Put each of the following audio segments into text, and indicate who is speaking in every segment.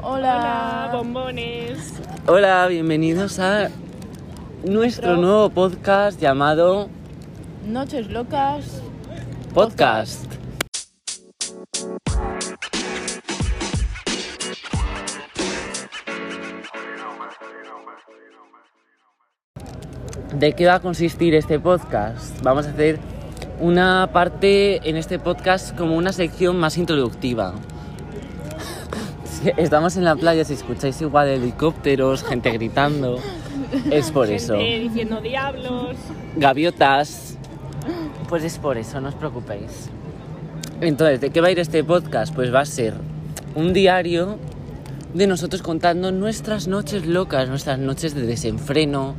Speaker 1: Hola.
Speaker 2: bombones.
Speaker 3: Hola, bienvenidos a nuestro
Speaker 1: Otro.
Speaker 3: nuevo podcast llamado
Speaker 1: Noches locas.
Speaker 3: Podcast. ¿De qué va a consistir este podcast? Vamos a hacer una parte en este podcast como una sección más introductiva. Sí, Estamos en la playa, si escucháis igual helicópteros, gente gritando, es por eso.
Speaker 2: Gente diciendo diablos.
Speaker 3: Gaviotas. Pues es por eso, no os preocupéis. Entonces, ¿de qué va a ir este podcast? Pues va a ser un diario de nosotros contando nuestras noches locas, nuestras noches de desenfreno,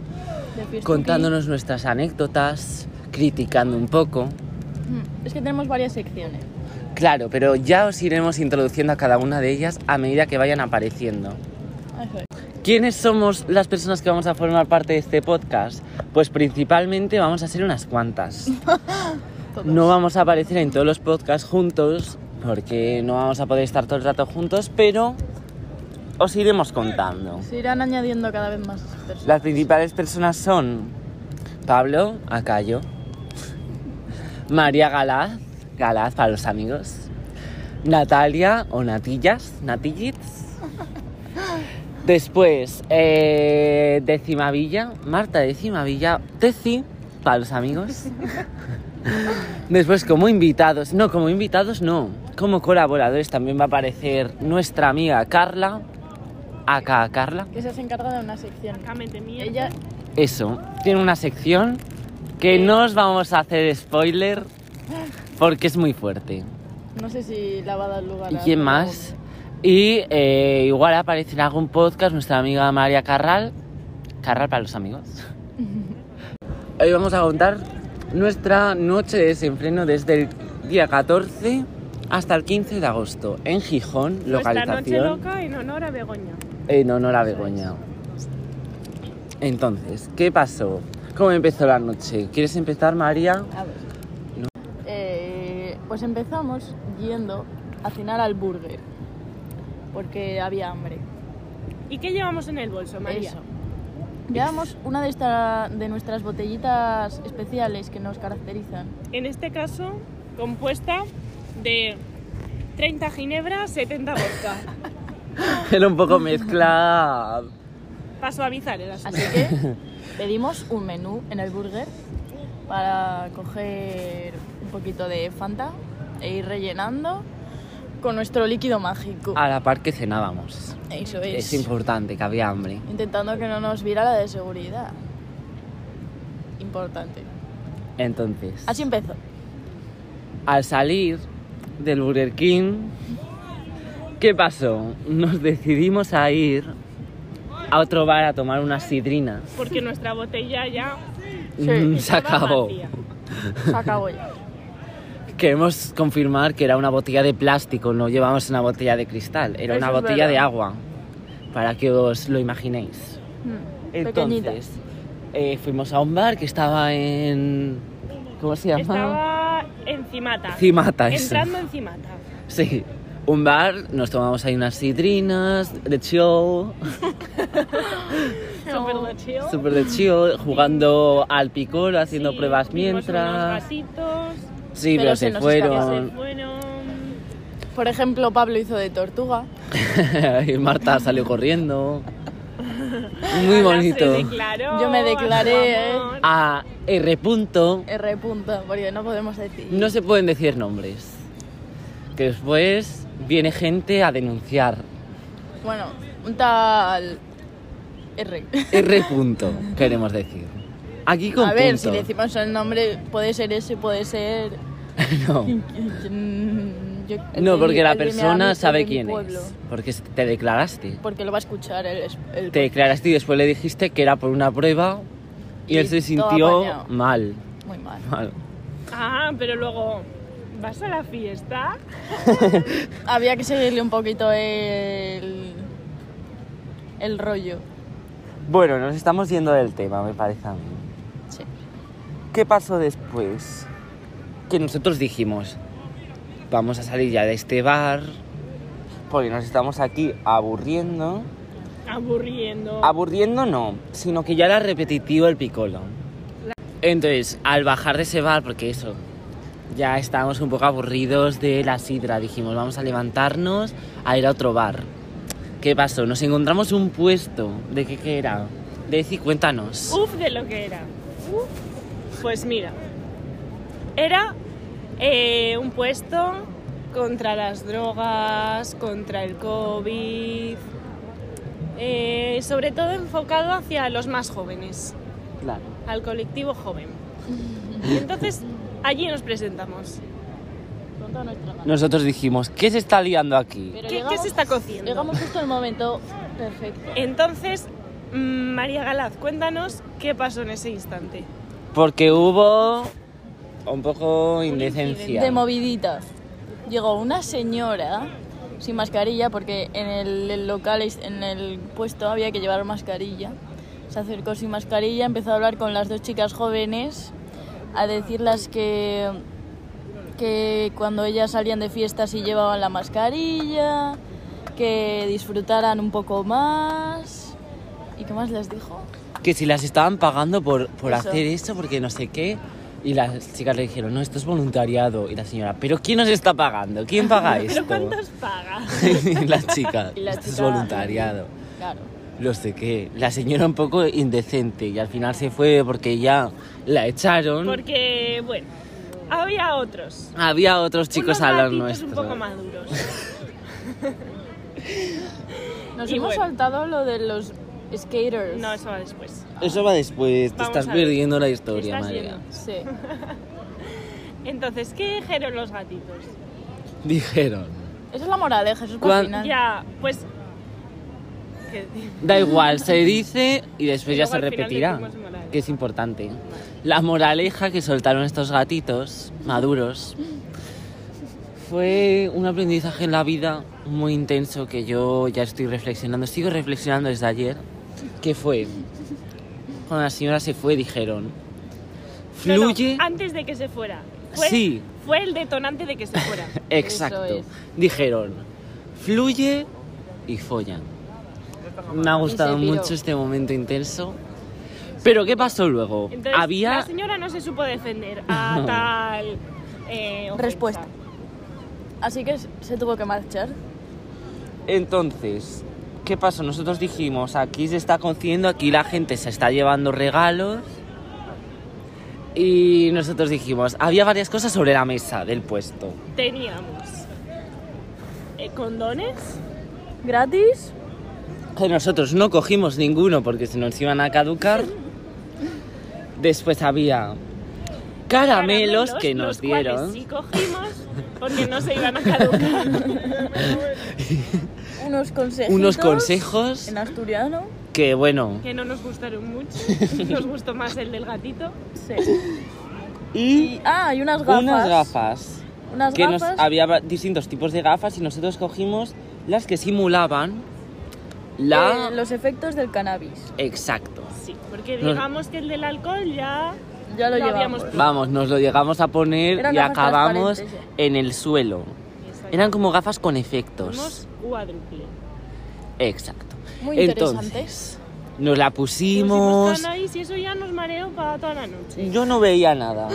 Speaker 1: de Fiesta
Speaker 3: contándonos nuestras anécdotas, criticando un poco.
Speaker 1: Kids. Mm, Es que tenemos varias secciones.
Speaker 3: Claro, pero ya os iremos introduciendo a cada una de ellas a medida que vayan apareciendo.
Speaker 1: Eso es.
Speaker 3: ¿Quiénes somos las personas que vamos a formar parte de este podcast? Pues principalmente vamos a ser unas cuantas.
Speaker 1: Todas.
Speaker 3: No vamos a aparecer en todos los podcasts juntos, porque no vamos a poder estar todo el rato juntos, pero os iremos contando.
Speaker 1: Se irán añadiendo cada vez más personas.
Speaker 3: Las principales personas son Pablo Acayo, María Galaz, Galaz para los amigos, Natalia o Natillas, Natillits. Después, eh, Décima Villa, Marta Décima Villa, Teci para los amigos. Después, como invitados, no, como invitados no, como colaboradores también va a aparecer nuestra amiga Carla, acá Carla.
Speaker 1: Que se encarga de una sección.
Speaker 2: Exactamente, mierda.
Speaker 1: Ella
Speaker 3: Eso, tiene una sección que no os vamos a hacer spoiler porque es muy fuerte.
Speaker 1: no sé si la va a dar lugar
Speaker 3: ¿Y
Speaker 1: a
Speaker 3: quién
Speaker 1: algo.
Speaker 3: más? Y eh, igual aparece en algún podcast nuestra amiga María Carral. Carral para los amigos. Hoy vamos a contar nuestra noche de desenfreno desde el día 14 hasta el 15 de agosto en Gijón,
Speaker 2: Nuestra noche
Speaker 3: localización
Speaker 2: loca en honor a Begoña.
Speaker 3: en honor a Begoña. Entonces, ¿qué pasó? ¿Cómo empezó la noche? ¿Quieres empezar, María?
Speaker 1: A ver. Eh, pues empezamos yendo a cenar al burger. Porque había hambre.
Speaker 2: ¿Y qué llevamos en el bolso, María?
Speaker 1: Eso. Llevamos una de, esta, de nuestras botellitas especiales que nos caracterizan.
Speaker 2: En este caso, compuesta de 30 ginebras, 70 vodka.
Speaker 3: Era un poco mezcla.
Speaker 2: Para suavizar el asunto.
Speaker 1: Así que pedimos un menú en el burger para coger un poquito de Fanta e ir rellenando con nuestro líquido mágico.
Speaker 3: A la par que cenábamos.
Speaker 1: Eso
Speaker 3: Ah,
Speaker 1: es.
Speaker 3: Es importante que había hambre.
Speaker 1: Intentando que no nos viera la de seguridad. Importante.
Speaker 3: Entonces,
Speaker 1: Así empezó.
Speaker 3: al salir del Burger King, ¿qué pasó? Nos decidimos a ir a otro bar a tomar unas sidrinas.
Speaker 2: Porque nuestra botella ya
Speaker 1: Sí,
Speaker 3: Mm, se
Speaker 2: estaba
Speaker 3: acabó.
Speaker 2: vacía.
Speaker 1: Se acabó ya.
Speaker 3: Queremos confirmar que era una botella de plástico, no llevamos una botella de cristal, era
Speaker 1: Eso
Speaker 3: una
Speaker 1: es
Speaker 3: botella de
Speaker 1: verdad.
Speaker 3: agua, para que os lo imaginéis.
Speaker 1: Mm, Pequeñita.
Speaker 3: Entonces, eh, fuimos a un bar que estaba en... ¿Cómo se llama?
Speaker 2: Estaba encimata.
Speaker 3: Cimata, eso.
Speaker 2: Entrando encimata.
Speaker 3: Sí, un bar, nos tomamos ahí unas citrinas, de chill,
Speaker 2: Super lecheo.
Speaker 3: súper de chill, jugando al picor, haciendo
Speaker 2: Sí,
Speaker 3: pruebas
Speaker 2: vimos
Speaker 3: mientras. Ah.
Speaker 2: Unos gatitos
Speaker 3: Sí,
Speaker 1: Pero se
Speaker 3: pero, se,
Speaker 1: nos
Speaker 2: que
Speaker 3: fueron.
Speaker 2: se fueron.
Speaker 1: Por ejemplo, Pablo hizo de tortuga.
Speaker 3: y Marta salió corriendo. Muy
Speaker 2: Ana Ah, se
Speaker 3: bonito.
Speaker 2: declaró
Speaker 1: Yo me
Speaker 2: a su
Speaker 1: declaré, ¿eh?
Speaker 2: amor.
Speaker 3: A R. Punto,
Speaker 1: R. punto, porque no podemos decir.
Speaker 3: no se pueden decir nombres. Que después viene gente a denunciar.
Speaker 1: Bueno, un tal. R.
Speaker 3: R. Punto, queremos decir. Aquí con
Speaker 1: A ver, si
Speaker 3: punto.
Speaker 1: decimos el nombre, puede ser ese, puede ser.
Speaker 3: No.
Speaker 1: Mm, yo- el
Speaker 3: No,
Speaker 1: de-
Speaker 3: porque
Speaker 1: el
Speaker 3: la
Speaker 1: de mi
Speaker 3: persona
Speaker 1: ami- el
Speaker 3: sabe
Speaker 1: de mi
Speaker 3: quién
Speaker 1: pueblo.
Speaker 3: es. Porque te declaraste.
Speaker 1: Porque lo va a escuchar el. el-
Speaker 3: Te declaraste y después le dijiste que era por una prueba y,
Speaker 1: Y
Speaker 3: él se
Speaker 1: todo
Speaker 3: sintió
Speaker 1: apañado.
Speaker 3: mal,
Speaker 1: Muy mal.
Speaker 3: mal.
Speaker 2: Ah, pero luego, ¿vas a la fiesta?
Speaker 1: Había que seguirle un poquito el. el rollo.
Speaker 3: Bueno, nos estamos yendo del tema, me parece a mí.
Speaker 1: Sí.
Speaker 3: ¿Qué pasó después? Que nosotros dijimos, vamos a salir ya de este bar, porque nos estamos aquí aburriendo.
Speaker 2: Aburriendo.
Speaker 3: Aburriendo no, sino que ya era repetitivo el picolo. Entonces, al bajar de ese bar, porque eso, ya estábamos un poco aburridos de la sidra, dijimos, vamos a levantarnos a ir a otro bar. ¿Qué pasó? Nos encontramos un puesto, ¿de qué, qué era? Deci, cuéntanos.
Speaker 2: Uf de lo que era. Uf. Pues mira, era eh, un puesto contra las drogas, contra el COVID, eh, sobre todo enfocado hacia los más jóvenes,
Speaker 3: Claro.
Speaker 2: al colectivo joven. Y entonces allí nos presentamos.
Speaker 1: Con toda nuestra gana.
Speaker 3: Nosotros dijimos, ¿qué se está liando aquí?
Speaker 1: Pero
Speaker 2: ¿Qué,
Speaker 1: llegamos-
Speaker 2: qué se está cociendo?
Speaker 1: Llegamos justo al momento perfecto.
Speaker 2: Entonces, mm, María Galaz, cuéntanos qué pasó en ese instante.
Speaker 3: Porque hubo un poco indecencia.
Speaker 1: De moviditas. Llegó una señora sin mascarilla porque en el, el local, es- en el puesto había que llevar mascarilla. Se acercó sin mascarilla, empezó a hablar con las dos chicas jóvenes, a decirlas que, que cuando ellas salían de fiesta sí llevaban la mascarilla, que disfrutaran un poco más. ¿Y qué más les dijo?
Speaker 3: Que si las estaban pagando por, por
Speaker 1: Eso.
Speaker 3: hacer eso, porque no sé qué. Y las chicas le dijeron, no, esto es voluntariado. Y la señora, ¿pero quién nos está pagando? ¿Quién paga esto?
Speaker 2: ¿Pero cuántos paga?
Speaker 3: Y la chica,
Speaker 1: Y la
Speaker 3: esto es
Speaker 1: chica-
Speaker 3: voluntariado.
Speaker 1: Claro.
Speaker 3: No sé qué. La señora un poco indecente y al final se fue porque ya la echaron.
Speaker 2: Porque, bueno, había otros.
Speaker 3: Había otros chicos
Speaker 2: Unos
Speaker 3: a los
Speaker 2: gatitos
Speaker 3: nuestros.
Speaker 2: un poco maduros.
Speaker 1: Nos
Speaker 2: Y
Speaker 1: hemos
Speaker 2: bueno.
Speaker 1: saltado lo de los skaters.
Speaker 2: No, eso va después.
Speaker 3: Eso va después, te
Speaker 2: Vamos
Speaker 3: estás
Speaker 2: a ver.
Speaker 3: perdiendo la
Speaker 2: ¿Qué
Speaker 3: historia,
Speaker 2: estás
Speaker 3: María.
Speaker 2: viendo?
Speaker 1: Sí.
Speaker 2: Entonces, ¿qué dijeron los gatitos?
Speaker 3: Dijeron.
Speaker 1: Esa es la moraleja, eso es para
Speaker 3: Cuan-
Speaker 1: el final.
Speaker 2: Ya, pues... ¿qué decir?
Speaker 3: Da igual, se dice y después
Speaker 2: Y
Speaker 3: ya
Speaker 2: luego
Speaker 3: se
Speaker 2: al final
Speaker 3: repetirá,
Speaker 2: decimos moraleja.
Speaker 3: que es importante. La moraleja que soltaron estos gatitos maduros fue un aprendizaje en la vida muy intenso que yo ya estoy reflexionando, sigo reflexionando desde ayer, que fue cuando la señora se fue dijeron,
Speaker 2: No, no,
Speaker 3: fluye,
Speaker 2: antes de que se fuera. Fue,
Speaker 3: Sí.
Speaker 2: Fue el detonante de que se fuera.
Speaker 1: Eso
Speaker 3: exacto,
Speaker 1: es.
Speaker 3: dijeron, fluye y follan. Me ha gustado
Speaker 1: piró.
Speaker 3: mucho este momento intenso. Pero ¿qué pasó luego?
Speaker 2: Entonces, la
Speaker 3: Había
Speaker 2: señora no se supo defender a tal... eh, ofensa.
Speaker 1: Respuesta. Así que se tuvo que marchar.
Speaker 3: Entonces, ¿qué pasó? Nosotros dijimos, aquí se está cociendo, aquí la gente se está llevando regalos. Y nosotros dijimos, había varias cosas sobre la mesa del puesto.
Speaker 2: Teníamos eh, condones,
Speaker 1: Gratis,
Speaker 3: Que nosotros no cogimos ninguno porque se nos iban a caducar. Después había caramelos, que
Speaker 2: los
Speaker 3: nos
Speaker 2: cuales
Speaker 3: dieron.
Speaker 2: Sí cogimos porque no se iban a caducar.
Speaker 1: unos consejos.
Speaker 3: Unos consejos
Speaker 1: En asturiano.
Speaker 3: que, bueno,
Speaker 2: que no nos gustaron mucho. Nos gustó más el del gatito.
Speaker 1: Sí.
Speaker 3: y
Speaker 1: Ah, y unas gafas.
Speaker 3: unas gafas.
Speaker 1: Unas
Speaker 3: que nos
Speaker 1: gafas.
Speaker 3: había va- distintos tipos de gafas y nosotros cogimos las que simulaban la
Speaker 1: eh, los efectos del cannabis.
Speaker 3: exacto.
Speaker 2: Sí, porque
Speaker 3: Nos-
Speaker 2: digamos que el del alcohol ya.
Speaker 1: Ya lo
Speaker 2: Lo
Speaker 1: llevamos.
Speaker 2: habíamos-
Speaker 3: Vamos, nos lo llegamos a poner
Speaker 1: Eran
Speaker 3: y
Speaker 1: gafas
Speaker 3: acabamos
Speaker 1: transparentes, ya.
Speaker 3: en el suelo. Eran como gafas con efectos.
Speaker 2: Fuimos cuádruple.
Speaker 3: Exacto.
Speaker 1: Muy
Speaker 3: Entonces, nos
Speaker 2: Pues Nos
Speaker 3: la pusimos.
Speaker 2: hicimos cannabis y eso ya nos mareó para toda la noche.
Speaker 3: Yo no veía nada.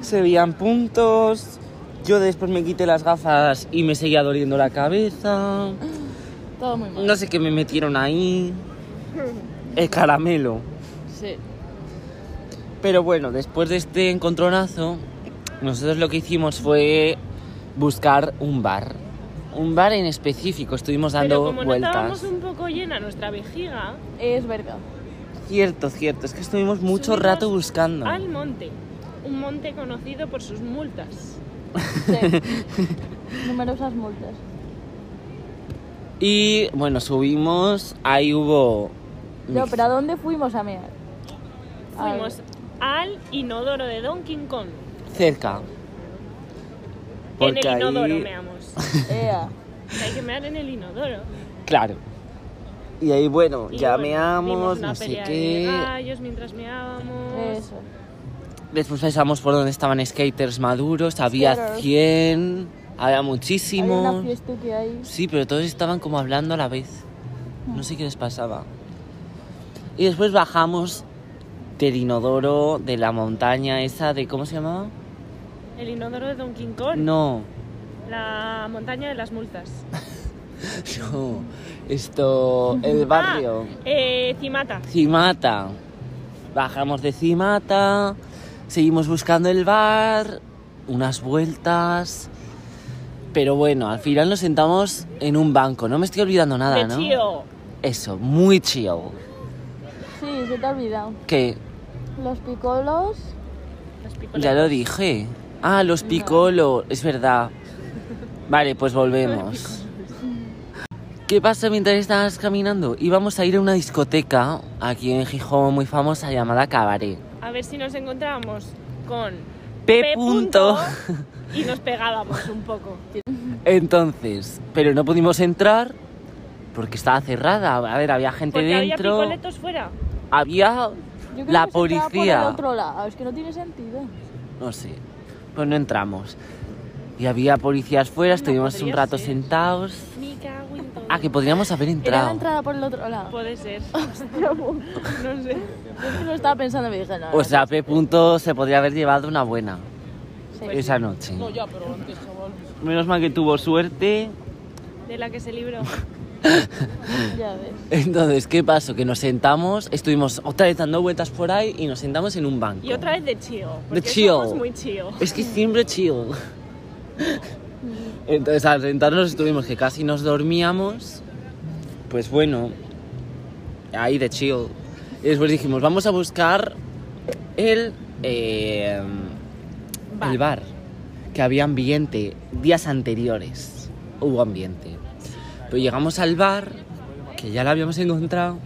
Speaker 3: Se veían puntos. Yo después me quité las gafas y me seguía doliendo la cabeza.
Speaker 1: Todo muy mal.
Speaker 3: No sé qué me metieron ahí. El caramelo.
Speaker 1: Sí.
Speaker 3: Pero bueno, después de este encontronazo, nosotros lo que hicimos fue buscar un bar. Un bar en específico, estuvimos
Speaker 2: Pero
Speaker 3: dando
Speaker 2: como
Speaker 3: vueltas.
Speaker 2: notábamos un poco llena nuestra vejiga,
Speaker 1: Es verdad.
Speaker 3: Cierto, cierto, es que estuvimos mucho
Speaker 2: subimos
Speaker 3: rato buscando.
Speaker 2: al monte. Un monte conocido por sus multas.
Speaker 1: Sí. Numerosas multas.
Speaker 3: Y bueno, subimos, ahí hubo...
Speaker 1: Yo, pero ¿a dónde fuimos a mear? Al-
Speaker 2: Fuimos al inodoro de Donkey Kong.
Speaker 3: Cerca.
Speaker 2: en
Speaker 3: Porque
Speaker 2: el
Speaker 3: ahí-
Speaker 2: inodoro meamos.
Speaker 1: Ea.
Speaker 2: Hay que mear en el inodoro.
Speaker 3: Claro. Y ahí bueno,
Speaker 2: Y
Speaker 3: ya
Speaker 2: bueno, vimos
Speaker 3: meamos,
Speaker 2: una
Speaker 3: no sé
Speaker 2: pelea
Speaker 3: qué.
Speaker 2: De gallos mientras meábamos.
Speaker 1: Eso.
Speaker 3: Después pasamos por donde estaban skaters maduros, había
Speaker 1: Skaters.
Speaker 3: 100. Había
Speaker 1: Hay una
Speaker 3: muchísimo.
Speaker 1: fiesta que hay.
Speaker 3: Sí, pero todos estaban como hablando a la vez. No sé qué les pasaba. Y después bajamos del inodoro, de la montaña esa, de ¿cómo se llamaba?
Speaker 2: El inodoro de Don King Kong.
Speaker 3: No,
Speaker 2: La montaña de las multas.
Speaker 3: no. Esto, el barrio.
Speaker 2: Ah, eh, Cimata.
Speaker 3: Cimata. Bajamos de Cimata, seguimos buscando el bar, unas vueltas. Pero bueno, al final nos sentamos en un banco. No me estoy olvidando nada,
Speaker 2: de
Speaker 3: ¿no?
Speaker 2: Chío.
Speaker 3: Eso, muy chill.
Speaker 1: Sí, se te ha olvidado.
Speaker 3: Que
Speaker 1: Los picolos.
Speaker 2: Las picoletas.
Speaker 3: ya lo dije. Ah, los picolo, es verdad. Vale, pues volvemos. ¿Qué pasa mientras estabas caminando? Íbamos a ir a una discoteca aquí en Gijón muy famosa llamada Cabaret.
Speaker 2: A ver si nos encontrábamos con
Speaker 3: P.
Speaker 2: P.
Speaker 3: punto.
Speaker 2: y nos pegábamos un poco.
Speaker 3: Entonces, pero no pudimos entrar porque estaba cerrada. A ver, había gente
Speaker 2: Porque había
Speaker 3: dentro.
Speaker 2: picoletos fuera.
Speaker 3: Había
Speaker 1: Yo creo
Speaker 3: la
Speaker 1: que se estaba Por el
Speaker 3: policía.
Speaker 1: otro lado. Es que no tiene sentido.
Speaker 3: No sé. Pues no entramos. Y había policías fuera, estuvimos un
Speaker 2: podría
Speaker 3: rato
Speaker 2: ser.
Speaker 3: sentados.
Speaker 2: Me cago en todo.
Speaker 3: Ah, que podríamos haber
Speaker 1: Era la
Speaker 3: entrado.
Speaker 1: entrada por el otro lado.
Speaker 2: Puede ser. no sé.
Speaker 1: Yo es que lo estaba pensando y me dije, no.
Speaker 3: O sea, P. Punto se podría haber llevado una buena
Speaker 1: Sí.
Speaker 3: esa noche.
Speaker 4: No, ya, pero antes, chaval.
Speaker 3: Menos mal que tuvo suerte.
Speaker 2: De la que se libró.
Speaker 1: ya ves.
Speaker 3: Entonces, ¿qué pasó? Que nos sentamos, estuvimos otra vez dando vueltas por ahí y nos sentamos en un banco.
Speaker 2: Y otra vez de Chío.
Speaker 3: De
Speaker 2: Porque
Speaker 3: Chío.
Speaker 2: somos muy Chío.
Speaker 3: Es que siempre chill. Entonces al sentarnos estuvimos que casi nos dormíamos. Pues bueno, ahí de chill. Y después dijimos, vamos a buscar el, eh,
Speaker 2: Bar.
Speaker 3: el bar. Que había ambiente. Días anteriores hubo ambiente. Pero llegamos al bar, que ya lo habíamos encontrado.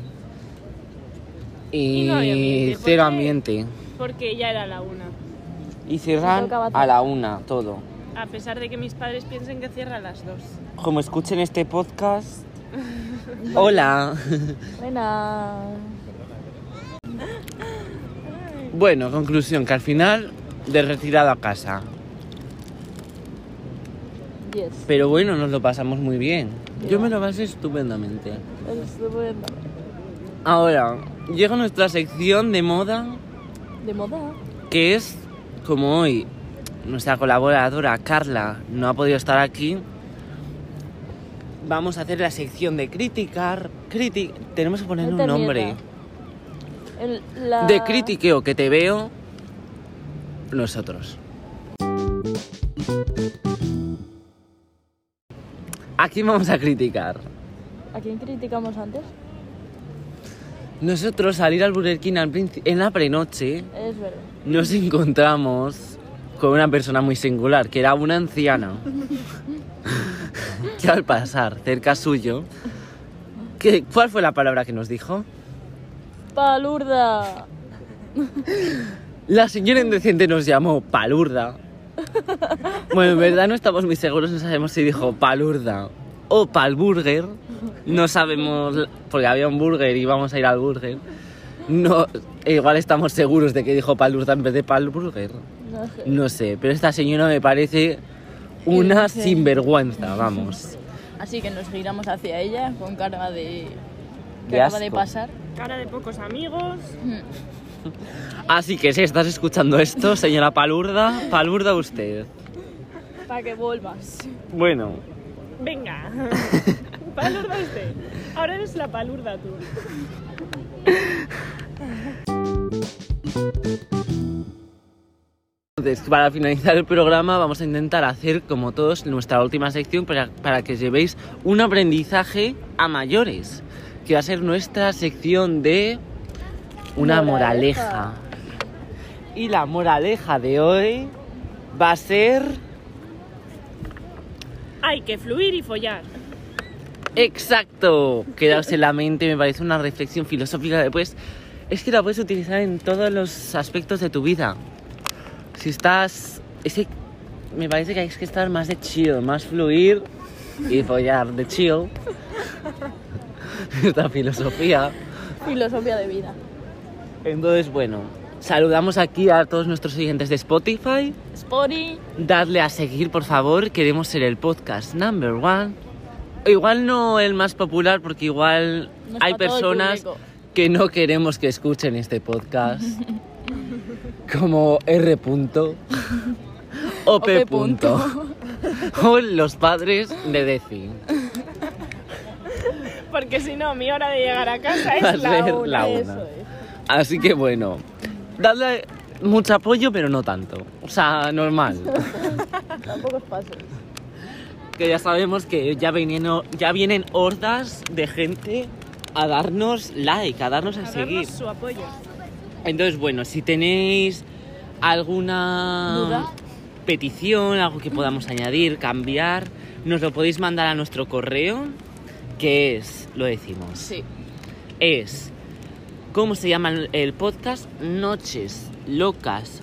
Speaker 3: Y,
Speaker 2: Y no había ambiente, ¿por
Speaker 3: cero
Speaker 2: qué?
Speaker 3: ambiente.
Speaker 2: Porque ya era la una.
Speaker 3: Y cierran
Speaker 1: tocaba
Speaker 3: a la una todo.
Speaker 2: A pesar de que mis padres piensen que cierra a las dos.
Speaker 3: Como escuchen este podcast. Hola.
Speaker 1: Buena.
Speaker 3: Bueno, conclusión, que al final de retirado a casa.
Speaker 1: Yes.
Speaker 3: Pero bueno, nos lo pasamos muy bien. Yo me lo pasé estupendamente.
Speaker 1: Estupendo.
Speaker 3: Ahora, llega nuestra sección de moda,
Speaker 1: De moda.
Speaker 3: que es como hoy nuestra colaboradora Carla no ha podido estar aquí. Vamos a hacer la sección de criticar. Criti Tenemos que ponerle
Speaker 1: Vete
Speaker 3: un nombre.
Speaker 1: mierda. El- la-
Speaker 3: De critiqueo que te veo, nosotros. Aquí vamos a criticar.
Speaker 1: ¿A quién criticamos antes?
Speaker 3: Nosotros salir al Burger King al princi- en la prenoche
Speaker 1: Es verdad.
Speaker 3: nos encontramos con una persona muy singular, que era una anciana, que al pasar cerca suyo, ¿qué- ¿cuál fue la palabra que nos dijo?
Speaker 1: Palurda.
Speaker 3: La señora indecente nos llamó palurda. Bueno, en verdad no estamos muy seguros, no sabemos si dijo palurda o palburger. No sabemos, porque había un burger y íbamos a ir al burger. No, e igual estamos seguros de que dijo palurda en vez de palburger.
Speaker 1: No sé.
Speaker 3: No sé, pero esta señora me parece una
Speaker 1: Sí.
Speaker 3: sinvergüenza, vamos.
Speaker 1: Así que nos giramos hacia ella con karma de. que
Speaker 3: De
Speaker 1: acaba de
Speaker 3: asco.
Speaker 1: pasar.
Speaker 2: Cara de pocos amigos.
Speaker 3: Así que si estás escuchando esto, señora palurda, palurda usted.
Speaker 1: Para que vuelvas.
Speaker 3: Bueno,
Speaker 2: Venga. palurda usted. Ahora eres la palurda tú.
Speaker 3: Entonces, para finalizar el programa vamos a intentar hacer, como todos, nuestra última sección para, para que os llevéis un aprendizaje a mayores, que va a ser nuestra sección de una moraleja.
Speaker 1: Moraleja.
Speaker 3: Y la moraleja de hoy va a ser
Speaker 2: Hay que fluir y follar.
Speaker 3: exacto. Quedaos en la mente, me parece una reflexión filosófica después. Es que la puedes utilizar en todos los aspectos de tu vida. si estás. Es que me parece que hay que estar más de chill, más fluir y follar de chill. Esta filosofía.
Speaker 1: Filosofía de vida.
Speaker 3: Entonces, bueno, Saludamos aquí a todos nuestros oyentes de Spotify.
Speaker 1: Spotify.
Speaker 3: Dadle a seguir, por favor. Queremos ser el podcast number one. O Igual no el más popular, porque igual
Speaker 1: No es
Speaker 3: hay
Speaker 1: para todo el
Speaker 3: personas
Speaker 1: público.
Speaker 3: que no queremos que escuchen este podcast. como R. Punto, OP.
Speaker 1: OP punto.
Speaker 3: punto. o los padres de Deci.
Speaker 2: Porque si no, mi hora de llegar a casa
Speaker 3: Va a
Speaker 2: es la
Speaker 3: ser
Speaker 2: una.
Speaker 3: la
Speaker 1: eso
Speaker 3: una.
Speaker 1: es.
Speaker 3: Así que bueno, dadle mucho apoyo, pero no tanto. O sea, normal.
Speaker 1: Tampoco es fácil.
Speaker 3: que ya sabemos que ya, veniendo, ya vienen hordas de gente a darnos like, a darnos a,
Speaker 2: A
Speaker 3: seguir.
Speaker 2: darnos su apoyo.
Speaker 3: Entonces, bueno, si tenéis alguna
Speaker 1: ¿Duda?
Speaker 3: petición, algo que podamos añadir, cambiar, nos lo podéis mandar a nuestro correo, que es, lo decimos,
Speaker 1: Sí.
Speaker 3: es, ¿cómo se llama el- el podcast? Noches Locas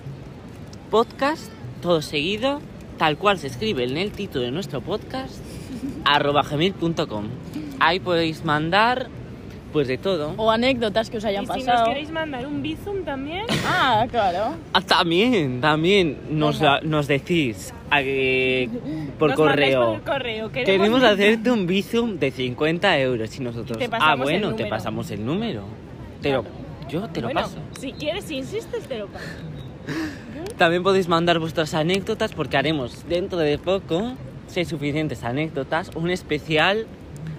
Speaker 3: Podcast, todo seguido, tal cual se escribe en el título de nuestro podcast, arroba gmail.com. Ahí podéis mandar, pues, de todo.
Speaker 1: O anécdotas que os hayan
Speaker 2: Y si nos
Speaker 1: pasado.
Speaker 2: queréis mandar un bizum también,
Speaker 1: Ah, claro.
Speaker 3: Ah, también, también nos,
Speaker 1: Venga.
Speaker 3: la- nos decís a que- por
Speaker 2: nos mandáis por
Speaker 3: correo.
Speaker 2: el correo.
Speaker 3: Queremos hacerte un bizum de 50 euros y nosotros.
Speaker 2: Y te
Speaker 3: ah,
Speaker 2: pasamos
Speaker 3: bueno,
Speaker 2: el
Speaker 3: te
Speaker 2: número.
Speaker 3: pasamos el número. Te lo- yo te lo
Speaker 2: Bueno,
Speaker 3: paso.
Speaker 2: Si quieres, si insistes, te lo paso.
Speaker 3: También podéis mandar vuestras anécdotas porque haremos dentro de poco, si hay suficientes anécdotas, un especial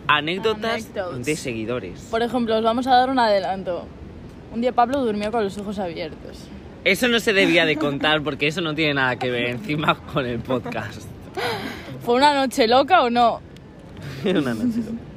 Speaker 3: anécdotas
Speaker 1: Anecdotes.
Speaker 3: de seguidores.
Speaker 1: Por ejemplo, os vamos a dar un adelanto. Un día Pablo durmió con los ojos abiertos.
Speaker 3: Eso no se debía de contar porque eso no tiene nada que ver encima con el podcast.
Speaker 1: ¿Fue una noche loca o no?
Speaker 3: Una noche loca.